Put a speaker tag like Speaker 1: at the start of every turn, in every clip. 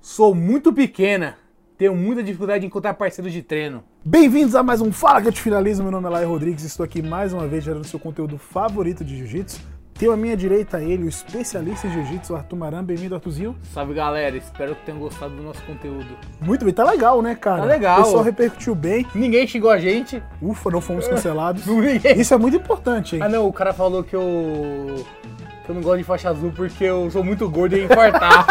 Speaker 1: Sou muito pequena. Tenho muita dificuldade de encontrar parceiros de treino.
Speaker 2: Bem-vindos a mais um Fala que eu te finalizo. Meu nome é Lai Rodrigues e estou aqui mais uma vez gerando seu conteúdo favorito de jiu-jitsu. Tenho à minha direita ele, o especialista em jiu-jitsu, Arthur Maran. Bem-vindo, Arthurzinho.
Speaker 1: Salve galera, espero que tenham gostado do nosso conteúdo.
Speaker 2: Muito bem, tá legal, né, cara?
Speaker 1: Tá legal.
Speaker 2: O pessoal repercutiu bem.
Speaker 1: Ninguém xingou a gente.
Speaker 2: Ufa, não fomos cancelados.
Speaker 1: Ninguém.
Speaker 2: Isso é muito importante, hein?
Speaker 1: Ah não, o cara falou que eu. que eu não gosto de faixa azul porque eu sou muito gordo e ia infartar.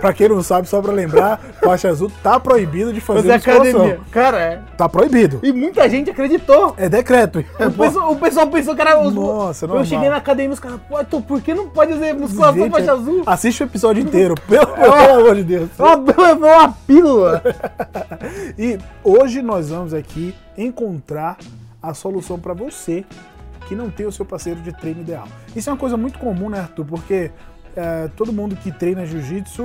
Speaker 2: pra quem não sabe, só pra lembrar, faixa azul tá proibido de fazer
Speaker 1: Fazer academia.
Speaker 2: musculação.
Speaker 1: Cara, é.
Speaker 2: Tá proibido.
Speaker 1: E muita gente acreditou.
Speaker 2: É decreto.
Speaker 1: O pessoal, o pessoal pensou que era. os-
Speaker 2: Nossa,
Speaker 1: eu
Speaker 2: normal.
Speaker 1: cheguei na academia e os caras, pô, tu, por que não pode fazer musculação
Speaker 2: Gente,
Speaker 1: faixa azul?
Speaker 2: Assiste o episódio inteiro, pelo, pelo amor de Deus.
Speaker 1: É uma, é uma pílula.
Speaker 2: E hoje nós vamos aqui encontrar a solução para você que não tem o seu parceiro de treino ideal. Isso é uma coisa muito comum, né, Arthur? Porque é, todo mundo que treina jiu-jitsu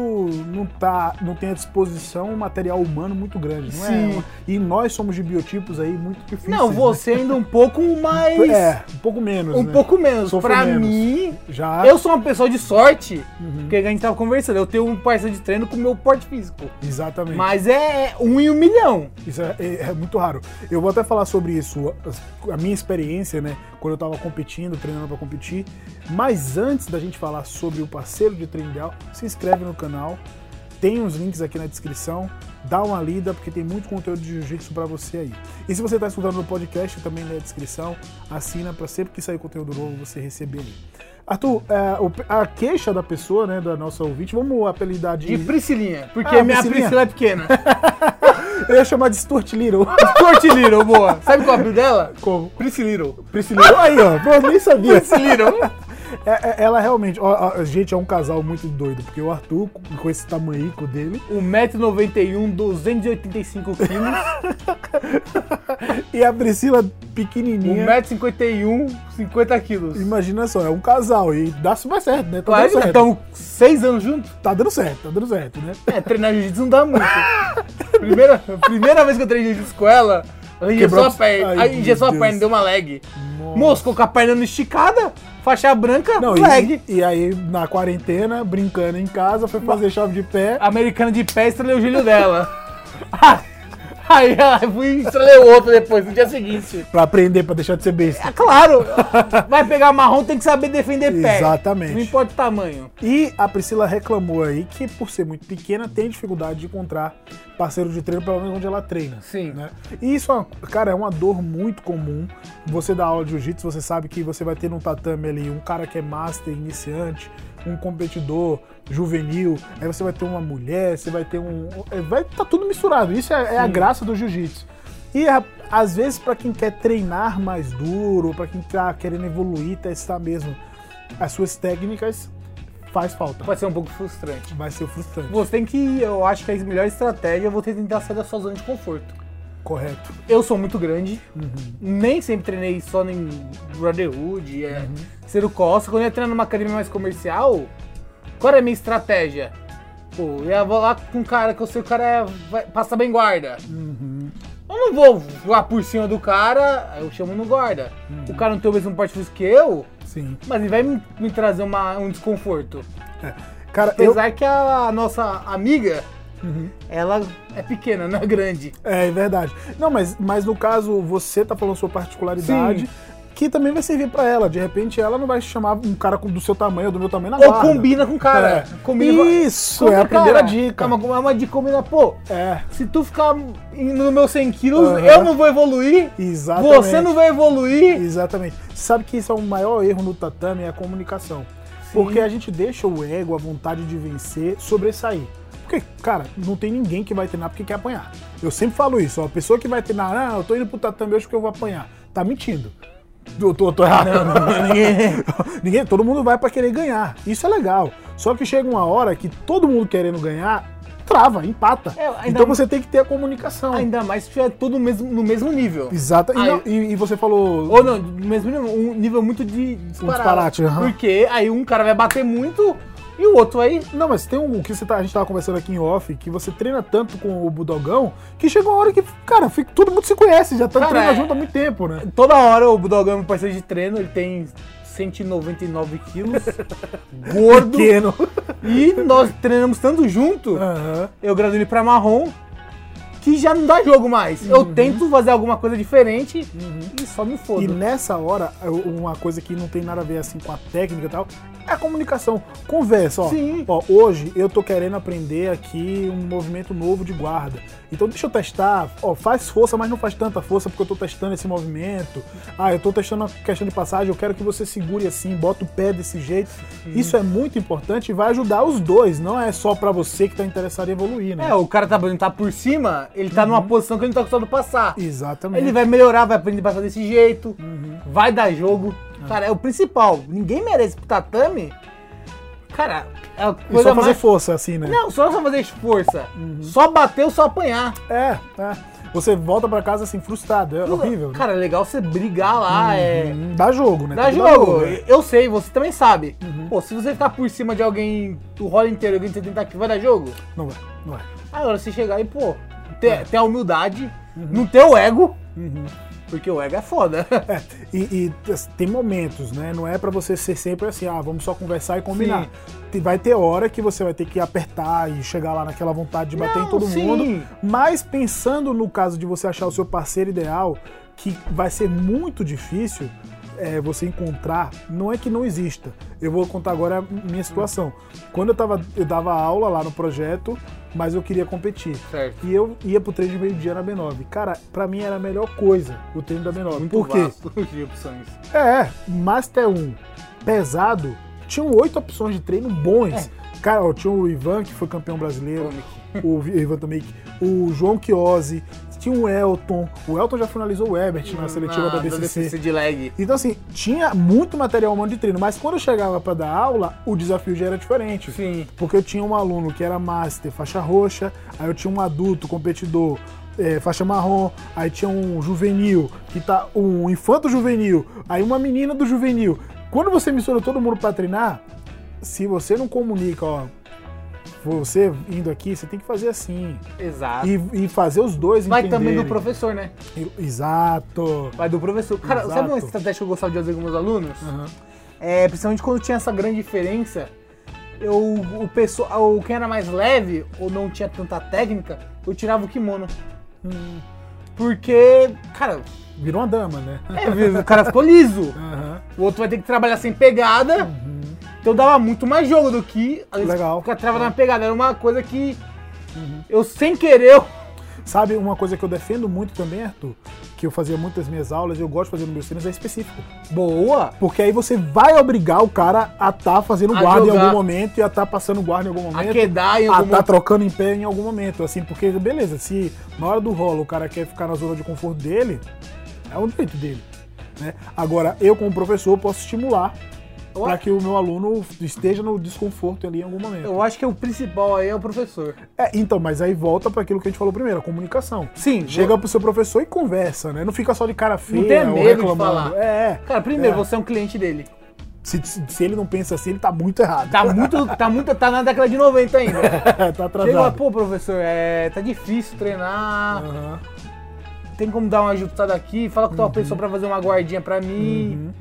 Speaker 2: não, tá, não tem à disposição um material humano muito grande, não é?
Speaker 1: Sim.
Speaker 2: Uma- E nós somos de biotipos aí muito difíceis.
Speaker 1: Não, você ainda um pouco mais.
Speaker 2: né? É, um pouco menos,
Speaker 1: um
Speaker 2: né?
Speaker 1: pouco menos.
Speaker 2: Sofre
Speaker 1: pra
Speaker 2: menos.
Speaker 1: mim,
Speaker 2: Já...
Speaker 1: eu sou uma pessoa de sorte,
Speaker 2: Uhum,
Speaker 1: porque a gente tava conversando. Eu tenho um parceiro de treino com o meu porte físico.
Speaker 2: Exatamente.
Speaker 1: Mas é um em um milhão.
Speaker 2: Isso é, é- é muito raro. Eu vou até falar sobre isso, a, a minha experiência, né? Quando eu tava competindo, treinando pra competir. Mas antes da gente falar sobre o parceiro de treino ideal, se inscreve no canal. Tem os links aqui na descrição. Dá uma lida, porque tem muito conteúdo de jiu-jitsu pra você aí. E se você tá escutando no podcast, também na descrição, assina pra sempre que sair conteúdo novo você receber ali. Arthur, é, o- a queixa da pessoa, né, da nossa ouvinte, vamos apelidar de.
Speaker 1: De Priscilinha. Porque
Speaker 2: Ah,
Speaker 1: minha
Speaker 2: Priscilinha.
Speaker 1: Priscila é pequena.
Speaker 2: Eu ia chamar de Stuart Little.
Speaker 1: Sport Little, boa. Sabe qual é o apelido dela?
Speaker 2: Como?
Speaker 1: Prisciliro.
Speaker 2: Priscilino. Aí, ó, pronto, nem sabia.
Speaker 1: Prisciliro.
Speaker 2: É, é, ela realmente, ó, ó, gente, é um casal muito doido, porque o Arthur, com- com esse tamanhico dele,
Speaker 1: 1,91m, 285kg.
Speaker 2: e a Priscila pequenininha.
Speaker 1: 1,51m, 50kg.
Speaker 2: Imagina só, é um casal e dá super certo, né? Tá
Speaker 1: Claro,
Speaker 2: dando certo.
Speaker 1: estamos Então, seis anos juntos.
Speaker 2: Tá dando certo, tá dando certo, né?
Speaker 1: É, treinar jiu-jitsu não dá muito. Primeira, primeira vez que eu treinei jiu-jitsu com ela, ela engessou
Speaker 2: Quebrou
Speaker 1: a
Speaker 2: a-
Speaker 1: perna,
Speaker 2: Ai,
Speaker 1: aí engessou a
Speaker 2: meu
Speaker 1: perna,
Speaker 2: Deus.
Speaker 1: deu uma leg. Moço, colocou a perna no esticada, faixa branca,
Speaker 2: Não,
Speaker 1: leg.
Speaker 2: e, e aí, na quarentena, brincando em casa, foi fazer chave de pé.
Speaker 1: A americana de pé estrelou o joelho dela. aí ela fui e estrelei o outro depois, no dia seguinte.
Speaker 2: Pra aprender, pra deixar de ser besta.
Speaker 1: É claro, vai pegar marrom, tem que saber defender pé.
Speaker 2: Exatamente.
Speaker 1: Não importa o tamanho.
Speaker 2: E a Priscila reclamou aí que, por ser muito pequena, tem dificuldade de encontrar parceiro de treino, pelo menos onde ela treina.
Speaker 1: Sim.
Speaker 2: né? E isso, é uma- cara, é uma dor muito comum. Você dá aula de jiu-jitsu, você sabe que você vai ter num tatame ali um cara que é master, iniciante, um competidor juvenil, aí você vai ter uma mulher, você vai ter um. é, Vai tá tudo misturado. Isso é, é a graça do jiu-jitsu. E a- às vezes, para quem quer treinar mais duro, para quem tá querendo evoluir, testar mesmo as suas técnicas, faz falta.
Speaker 1: Pode ser um pouco frustrante.
Speaker 2: Vai ser frustrante.
Speaker 1: Você tem que, eu acho que a melhor estratégia é você tentar sair da sua zona de conforto.
Speaker 2: Correto.
Speaker 1: Eu sou muito grande,
Speaker 2: Uhum.
Speaker 1: nem sempre treinei só em Brotherhood, é,
Speaker 2: Uhum.
Speaker 1: Ciro Costa. Quando eu ia treinar numa academia mais comercial, qual era a minha estratégia? Pô, eu ia lá com um cara que eu sei que o cara é- vai, passa bem guarda.
Speaker 2: Uhum.
Speaker 1: Eu não vou lá por cima do cara, aí eu chamo no guarda.
Speaker 2: Uhum.
Speaker 1: O cara não tem o mesmo porte físico que eu,
Speaker 2: Sim.
Speaker 1: mas ele vai me, me trazer uma- um desconforto.
Speaker 2: É. Cara, eu.
Speaker 1: Apesar que a nossa amiga,
Speaker 2: Uhum.
Speaker 1: ela é pequena, não é grande.
Speaker 2: É, é verdade. Não, mas, mas no caso, você tá falando sua particularidade, que também vai servir pra ela. De repente, ela não vai chamar um cara com- do seu tamanho ou do meu tamanho na
Speaker 1: Ou
Speaker 2: guarda.
Speaker 1: combina com o cara.
Speaker 2: Ah, É.
Speaker 1: Combina com-
Speaker 2: Isso,
Speaker 1: Como,
Speaker 2: é a primeira
Speaker 1: cara?
Speaker 2: dica.
Speaker 1: É uma, é uma dica combina, pô,
Speaker 2: É,
Speaker 1: se tu ficar no meu 100 quilos,
Speaker 2: Aham.
Speaker 1: eu não vou evoluir,
Speaker 2: exatamente.
Speaker 1: você não vai evoluir.
Speaker 2: Exatamente. Sabe que isso é o maior erro no tatame, é a comunicação. Porque a gente deixa o ego, a vontade de vencer, sobressair. Porque, cara, não tem ninguém que vai treinar porque quer apanhar. Eu sempre falo isso, ó. A pessoa que vai treinar, ah, eu tô indo pro tatame hoje porque eu vou apanhar. Tá mentindo. Eu tô, eu tô errado. ninguém... todo mundo vai pra querer ganhar. Isso é legal. Só que chega uma hora que todo mundo querendo ganhar, trava, empata.
Speaker 1: É, ainda-
Speaker 2: então você tem que ter a comunicação.
Speaker 1: Ainda mais se tiver tudo mesmo, no mesmo nível.
Speaker 2: Exato. E,
Speaker 1: Aí-
Speaker 2: não- e- e você falou.
Speaker 1: Ou não, no mesmo nível, um nível muito de disparate.
Speaker 2: disparate, aham.
Speaker 1: Porque aí um cara vai bater muito e o outro aí...
Speaker 2: Não, mas tem um que você tá- a gente tava conversando aqui em off, que você treina tanto com o Budogão, que chega uma hora que, cara, fica, todo mundo se conhece, já tá
Speaker 1: Cara,
Speaker 2: treinando
Speaker 1: é-
Speaker 2: junto há muito tempo, né?
Speaker 1: Toda hora o Budogão é meu parceiro de treino, ele tem 199 quilos, gordo,
Speaker 2: Pequeno.
Speaker 1: e nós treinamos tanto junto,
Speaker 2: Aham.
Speaker 1: eu graduo ele pra marrom, que já não dá jogo mais.
Speaker 2: Uhum.
Speaker 1: Eu tento fazer alguma coisa diferente e só me fodo.
Speaker 2: E nessa hora, eu- uma coisa que não tem nada a ver assim com a técnica e tal, é a comunicação. Conversa, ó.
Speaker 1: Sim.
Speaker 2: Ó, hoje eu tô querendo aprender aqui um movimento novo de guarda. Então deixa eu testar. Ó, faz força, mas não faz tanta força porque eu tô testando esse movimento. Ah, eu tô testando a questão de passagem, eu quero que você segure assim, bota o pé desse jeito. Isso é muito importante e vai ajudar os dois, não é só pra você que tá interessado em evoluir, né?
Speaker 1: É, o cara tá, tá por cima, ele tá
Speaker 2: Uhum.
Speaker 1: numa posição que ele não tá acostumado a passar.
Speaker 2: Exatamente.
Speaker 1: Ele vai melhorar, vai aprender a passar desse jeito,
Speaker 2: Uhum.
Speaker 1: vai dar jogo.
Speaker 2: Ah.
Speaker 1: Cara, é o principal. Ninguém merece pro tatame. Cara, é a
Speaker 2: e só
Speaker 1: coisa
Speaker 2: fazer
Speaker 1: mais...
Speaker 2: força Uhum. assim, né?
Speaker 1: Não, só só fazer força. Só bater ou só apanhar.
Speaker 2: É, é. Você volta pra casa assim, frustrado, é horrível. né?
Speaker 1: Cara, é legal você brigar lá, é...
Speaker 2: Hum, Dá jogo, né?
Speaker 1: Dá
Speaker 2: Tem que dar
Speaker 1: é jogo,
Speaker 2: né?
Speaker 1: eu sei, você também sabe. Pô, se você ficar por cima de alguém do rolo inteiro, alguém de 70 quilos, vai dar jogo?
Speaker 2: Não é, não é.
Speaker 1: Agora você chegar e, pô, ter, ter a humildade, não ter o ego, porque o ego é foda.
Speaker 2: É, e, e, assim, tem momentos, né? Não é pra você ser sempre assim, ah, vamos só conversar e combinar.
Speaker 1: Sim.
Speaker 2: Tem- Vai ter hora que você vai ter que apertar e chegar lá naquela vontade de bater
Speaker 1: Não,
Speaker 2: em todo
Speaker 1: sim.
Speaker 2: mundo. Mas pensando no caso de você achar o seu parceiro ideal, que vai ser muito difícil é, você encontrar, não é que não exista. Eu vou contar agora a minha situação. Quando eu tava, eu dava aula lá no projeto, mas eu queria competir.
Speaker 1: Certo.
Speaker 2: E eu ia pro treino de meio-dia na B9. Cara, pra mim era a melhor coisa o treino da B9. Por quê?
Speaker 1: vasto de opções.
Speaker 2: É, Master 1 pesado, tinham oito opções de treino bons. Cara, ó, tinha o Ivan, que foi campeão brasileiro, o Vi- Ivan Tomic, o João Chiosi, tinha o Elton, o Elton já finalizou o Ebert
Speaker 1: Hum,
Speaker 2: na seletiva da BCC.
Speaker 1: de lag.
Speaker 2: Então, assim, tinha muito material humano de treino, mas quando eu chegava pra dar aula, o desafio já era diferente.
Speaker 1: Sim.
Speaker 2: Porque eu tinha um aluno que era master, faixa roxa, aí eu tinha um adulto, competidor, eh, faixa marrom, aí tinha um juvenil, que tá um infanto juvenil, aí uma menina do juvenil. Quando você mistura todo mundo pra treinar, se você não comunica, ó, você indo aqui, você tem que fazer assim.
Speaker 1: Exato.
Speaker 2: E, e fazer os dois
Speaker 1: Vai também do
Speaker 2: entenderem.
Speaker 1: professor, né?
Speaker 2: Exato.
Speaker 1: Vai do professor. Cara,
Speaker 2: Exato.
Speaker 1: sabe uma estratégia que eu gostava de fazer com meus alunos?
Speaker 2: Aham.
Speaker 1: É, principalmente quando tinha essa grande diferença, eu, o pessoal, quem era mais leve ou não tinha tanta técnica, eu tirava o kimono. Porque, cara,
Speaker 2: Virou uma dama, né?
Speaker 1: é, o cara ficou liso.
Speaker 2: Aham.
Speaker 1: O outro vai ter que trabalhar sem pegada. Então dava muito mais jogo do que. às vezes,
Speaker 2: Legal. Uhum.
Speaker 1: Ficar trabalhando na pegada. Era uma coisa que. Eu sem querer. eu-
Speaker 2: Sabe uma coisa que eu defendo muito também, Arthur? Que eu fazia muito nas minhas aulas e eu gosto de fazer nos meus treinos, é específico.
Speaker 1: Boa!
Speaker 2: Porque aí você vai obrigar o cara a tá fazendo
Speaker 1: A
Speaker 2: guarda em
Speaker 1: jogar.
Speaker 2: algum momento e a tá passando guarda em algum
Speaker 1: A
Speaker 2: momento.
Speaker 1: quedar em
Speaker 2: A
Speaker 1: algum
Speaker 2: tá trocando em pé em algum momento, assim, porque beleza, se na hora do rolo o cara quer ficar na zona de conforto dele, é um direito dele. Né? Agora, eu como professor posso estimular
Speaker 1: Ué.
Speaker 2: para que o meu aluno esteja no desconforto ali em algum momento.
Speaker 1: Eu acho que o principal aí é o professor.
Speaker 2: É, então, mas aí volta para aquilo que a gente falou primeiro, a comunicação.
Speaker 1: Sim,
Speaker 2: Chega pro seu professor e conversa, né? Não fica só de cara feia
Speaker 1: tenha
Speaker 2: ou
Speaker 1: medo de
Speaker 2: reclamando.
Speaker 1: falar.
Speaker 2: É, é.
Speaker 1: Cara, primeiro,
Speaker 2: É.
Speaker 1: você é um cliente dele.
Speaker 2: Se, se- se ele não pensa assim, ele tá muito errado.
Speaker 1: Tá muito. tá muito. Tá na década de 90 ainda.
Speaker 2: tá
Speaker 1: Chega lá,
Speaker 2: atrasado.
Speaker 1: pô, professor, é, tá difícil treinar.
Speaker 2: Aham.
Speaker 1: Tem como dar uma ajustada aqui? Fala com tal
Speaker 2: Uhum.
Speaker 1: pessoa pra fazer uma guardinha pra mim.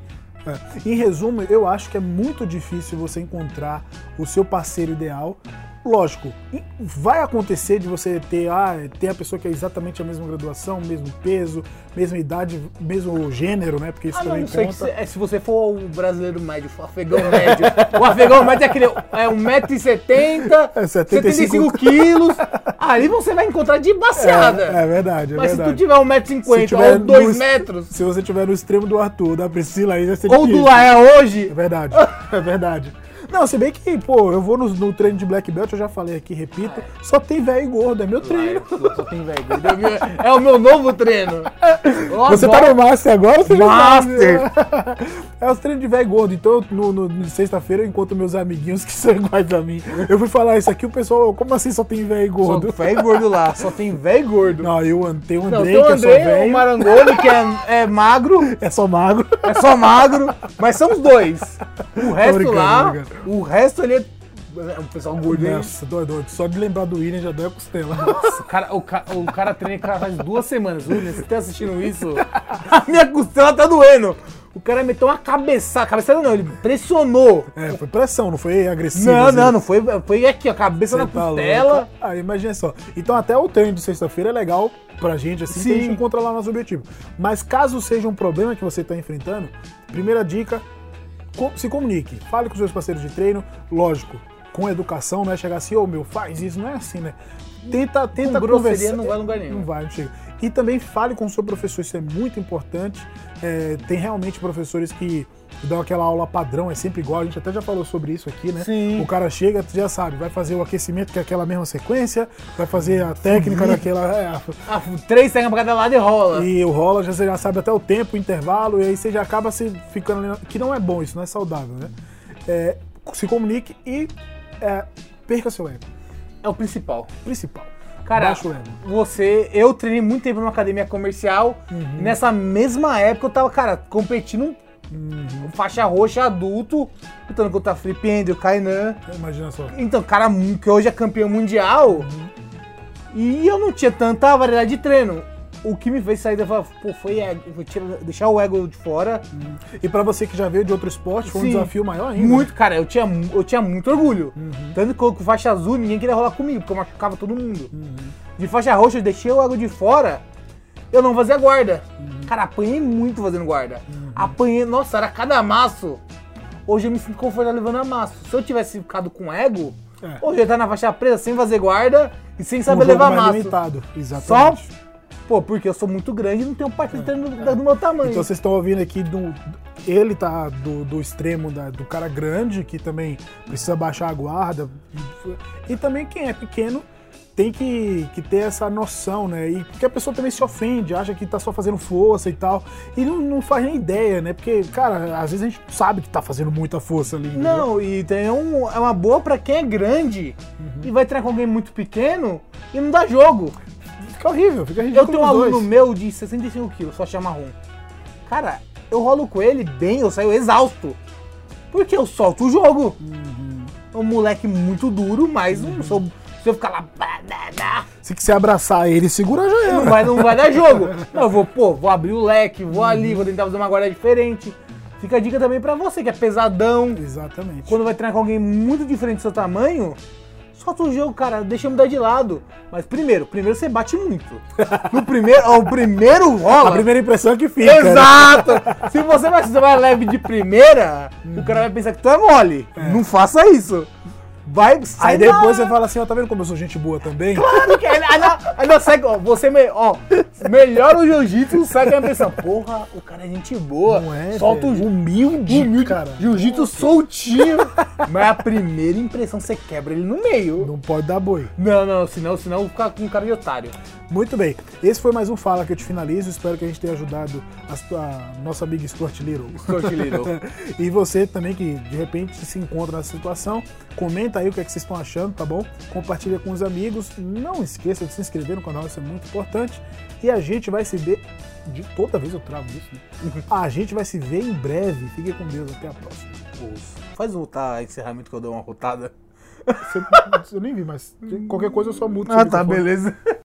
Speaker 2: É. Em resumo, eu acho que é muito difícil você encontrar o seu parceiro ideal. Lógico, e vai acontecer de você ter, ah, ter a pessoa que é exatamente a mesma graduação, mesmo peso, mesma idade, mesmo gênero, né? Porque isso
Speaker 1: Ah, não,
Speaker 2: também
Speaker 1: não sei
Speaker 2: conta.
Speaker 1: que se, é, se você for o brasileiro médio, o afegão médio. o afegão médio é aquele é 1,70m,
Speaker 2: É, 75
Speaker 1: 75 quilos. Ali você vai encontrar de baseada.
Speaker 2: É, é verdade, é
Speaker 1: Mas se tu
Speaker 2: verdade.
Speaker 1: tiver 1,50m
Speaker 2: tiver
Speaker 1: ou 2
Speaker 2: no-
Speaker 1: metros,
Speaker 2: Se você tiver no extremo do Arthur, da Priscila, aí vai ser
Speaker 1: ou do
Speaker 2: difícil.
Speaker 1: Laé hoje,
Speaker 2: É verdade, é verdade. Não, se bem que, pô, eu vou no, no treino de Black Belt, eu já falei aqui, repito,
Speaker 1: Ah,
Speaker 2: só tem velho e gordo, é meu treino.
Speaker 1: só tem velho. É o meu- É o meu novo treino. Eu
Speaker 2: Você
Speaker 1: adoro.
Speaker 2: tá no Master agora? Você já
Speaker 1: Master!
Speaker 2: sabe. É os treinos de velho e gordo, então eu, no, no- no sexta-feira eu encontro meus amiguinhos que são iguais a mim. Eu fui falar isso aqui, o pessoal, como assim só tem velho e
Speaker 1: Só
Speaker 2: gordo?
Speaker 1: tem velho gordo lá, só tem velho gordo.
Speaker 2: Não, eu an- tenho o
Speaker 1: Não,
Speaker 2: Andrei,
Speaker 1: tem um o
Speaker 2: que é só
Speaker 1: André, o
Speaker 2: velho,
Speaker 1: Marangoni, que é, é magro,
Speaker 2: é só magro.
Speaker 1: é só magro, mas são os dois. O resto
Speaker 2: brincando, tô
Speaker 1: lá,
Speaker 2: brincando.
Speaker 1: o resto ali é. é um pessoal gordo, hein?
Speaker 2: Nossa, doido, só de lembrar do William já dói a costela.
Speaker 1: O cara, o, ca- o cara treina cara, faz duas semanas. William, você tá assistindo isso? A minha costela tá doendo. O cara meteu uma cabeçada, cabeçada não, ele pressionou.
Speaker 2: É, foi pressão, não foi agressivo.
Speaker 1: não,
Speaker 2: assim.
Speaker 1: não, não foi, foi aqui, ó, cabeça na
Speaker 2: Você tá
Speaker 1: costela.
Speaker 2: louco? Ah, imagina só. Então até o treino de sexta-feira é legal pra gente, assim, que a
Speaker 1: Sim.
Speaker 2: gente encontra lá nosso objetivo. Mas caso seja um problema que você tá enfrentando, primeira dica, co- se comunique. Fale com seus parceiros de treino, lógico, com educação, não é chegar assim, ô meu, faz isso, não é assim, né? Tenta, tenta
Speaker 1: grosseria
Speaker 2: conversar.
Speaker 1: não vai a lugar nenhum.
Speaker 2: Não vai, não chega. E também fale com o seu professor, isso é muito importante. É, tem realmente professores que dão aquela aula padrão, é sempre igual, a gente até já falou sobre isso aqui, né?
Speaker 1: Sim.
Speaker 2: O cara chega, tu já sabe, vai fazer o aquecimento, que é aquela mesma sequência, vai fazer a técnica daquela. é, a-
Speaker 1: Ah, três segue pra cada lado e rola.
Speaker 2: e o rola, já, você já sabe até o tempo, o intervalo, e aí você já acaba se ficando ali. na- Que não é bom, isso não é saudável, né? É, se comunique e é, perca seu ego.
Speaker 1: É o principal.
Speaker 2: Principal.
Speaker 1: Cara,
Speaker 2: Baixa o ego.
Speaker 1: você, eu treinei muito tempo numa academia comercial. E nessa mesma época eu tava, cara, competindo um faixa roxa adulto, lutando contra Felipe Andrew, Kainan.
Speaker 2: Imagina só.
Speaker 1: Então, cara mu- que hoje é campeão mundial. E eu não tinha tanta variedade de treino. O que me fez sair da pô, foi é, eu vou tirar- deixar o ego de fora.
Speaker 2: E pra você que já veio de outro esporte, foi um
Speaker 1: Sim.
Speaker 2: desafio maior ainda. né? Uhum.
Speaker 1: Muito, cara, eu tinha, mu- eu tinha muito orgulho. Tanto que eu, com faixa azul ninguém queria rolar comigo, porque eu machucava todo mundo.
Speaker 2: Uhum.
Speaker 1: De faixa roxa eu deixei o ego de fora, eu não fazia guarda.
Speaker 2: Uhum.
Speaker 1: Cara, apanhei muito fazendo guarda. Apanhei, nossa, era cada amasso. Hoje eu me sinto confortável levando amasso. Se eu tivesse ficado com ego,
Speaker 2: É.
Speaker 1: hoje eu ia estar na faixa presa sem fazer guarda e sem
Speaker 2: Um
Speaker 1: saber
Speaker 2: jogo
Speaker 1: levar
Speaker 2: mais
Speaker 1: amasso.
Speaker 2: limitado.
Speaker 1: Só, um
Speaker 2: Exatamente.
Speaker 1: pô, porque eu sou muito grande e não tenho parte de treino do- do meu tamanho.
Speaker 2: É. Então vocês estão ouvindo aqui do. Ele tá do, do extremo da- do cara grande, que também precisa baixar a guarda. E também quem é pequeno tem que, que ter essa noção, né? E porque a pessoa também se ofende, acha que tá só fazendo força e tal. E não, não faz nem ideia, né? Porque, cara, às vezes a gente sabe que tá fazendo muita força ali. entendeu?
Speaker 1: Não, e tem um, é uma boa pra quem é grande e vai treinar com alguém muito pequeno e não dá jogo.
Speaker 2: Fica horrível, fica ridículo.
Speaker 1: Eu tenho um
Speaker 2: os
Speaker 1: aluno
Speaker 2: dois.
Speaker 1: meu de 65 quilos, só chama marrom. Cara, eu rolo com ele bem, eu saio exausto. Porque eu solto o jogo.
Speaker 2: Uhum.
Speaker 1: É um moleque muito duro, mas não sou. Se eu ficar lá. pá, dá, dá,
Speaker 2: Se quiser abraçar ele, segura já
Speaker 1: não,
Speaker 2: era.
Speaker 1: vai, não vai dar jogo. Não, eu vou, pô, vou abrir o leque, vou ali, vou tentar fazer uma guarda diferente. Fica a dica também pra você que é pesadão.
Speaker 2: Exatamente.
Speaker 1: quando vai treinar com alguém muito diferente do seu tamanho, solta o jogo, cara, deixa mudar de lado. Mas primeiro, primeiro você bate muito. No primeiro, ó, o primeiro rola.
Speaker 2: A primeira impressão é que fica. né?
Speaker 1: Exato! Se você vai, se você vai leve de primeira, o cara vai pensar que tu é mole. Não faça isso. Vai, sai
Speaker 2: Aí depois
Speaker 1: da-
Speaker 2: você fala assim, ó, tá vendo como eu sou gente boa também?
Speaker 1: Claro que aí, aí, não- aí não segue, ó, você me, ó, melhora o jiu-jitsu, sai da impressão, porra, o cara é gente boa,
Speaker 2: Não é,
Speaker 1: solta o
Speaker 2: velho?
Speaker 1: jiu- humilde, humilde,
Speaker 2: cara.
Speaker 1: jiu-jitsu soltinho, mas a primeira impressão você quebra ele no meio.
Speaker 2: Não pode dar boi.
Speaker 1: Não, não, senão, senão fica com um cara de otário.
Speaker 2: Muito bem. Esse foi mais um Fala que eu te finalizo. Espero que a gente tenha ajudado a, sua- a nossa amiga Stuart Little.
Speaker 1: Stuart Little.
Speaker 2: e você também que de repente se encontra nessa situação, comenta aí o que, é que vocês estão achando, tá bom? Compartilha com os amigos. Não esqueça de se inscrever no canal, isso é muito importante. E a gente vai se ver. De toda vez eu travo isso, né? A gente vai se ver em breve. Fique com Deus, até a próxima.
Speaker 1: Faz voltar encerramento que eu dou uma rotada.
Speaker 2: Eu né? nem vi, mas qualquer coisa eu só mudo.
Speaker 1: Ah, tá, beleza.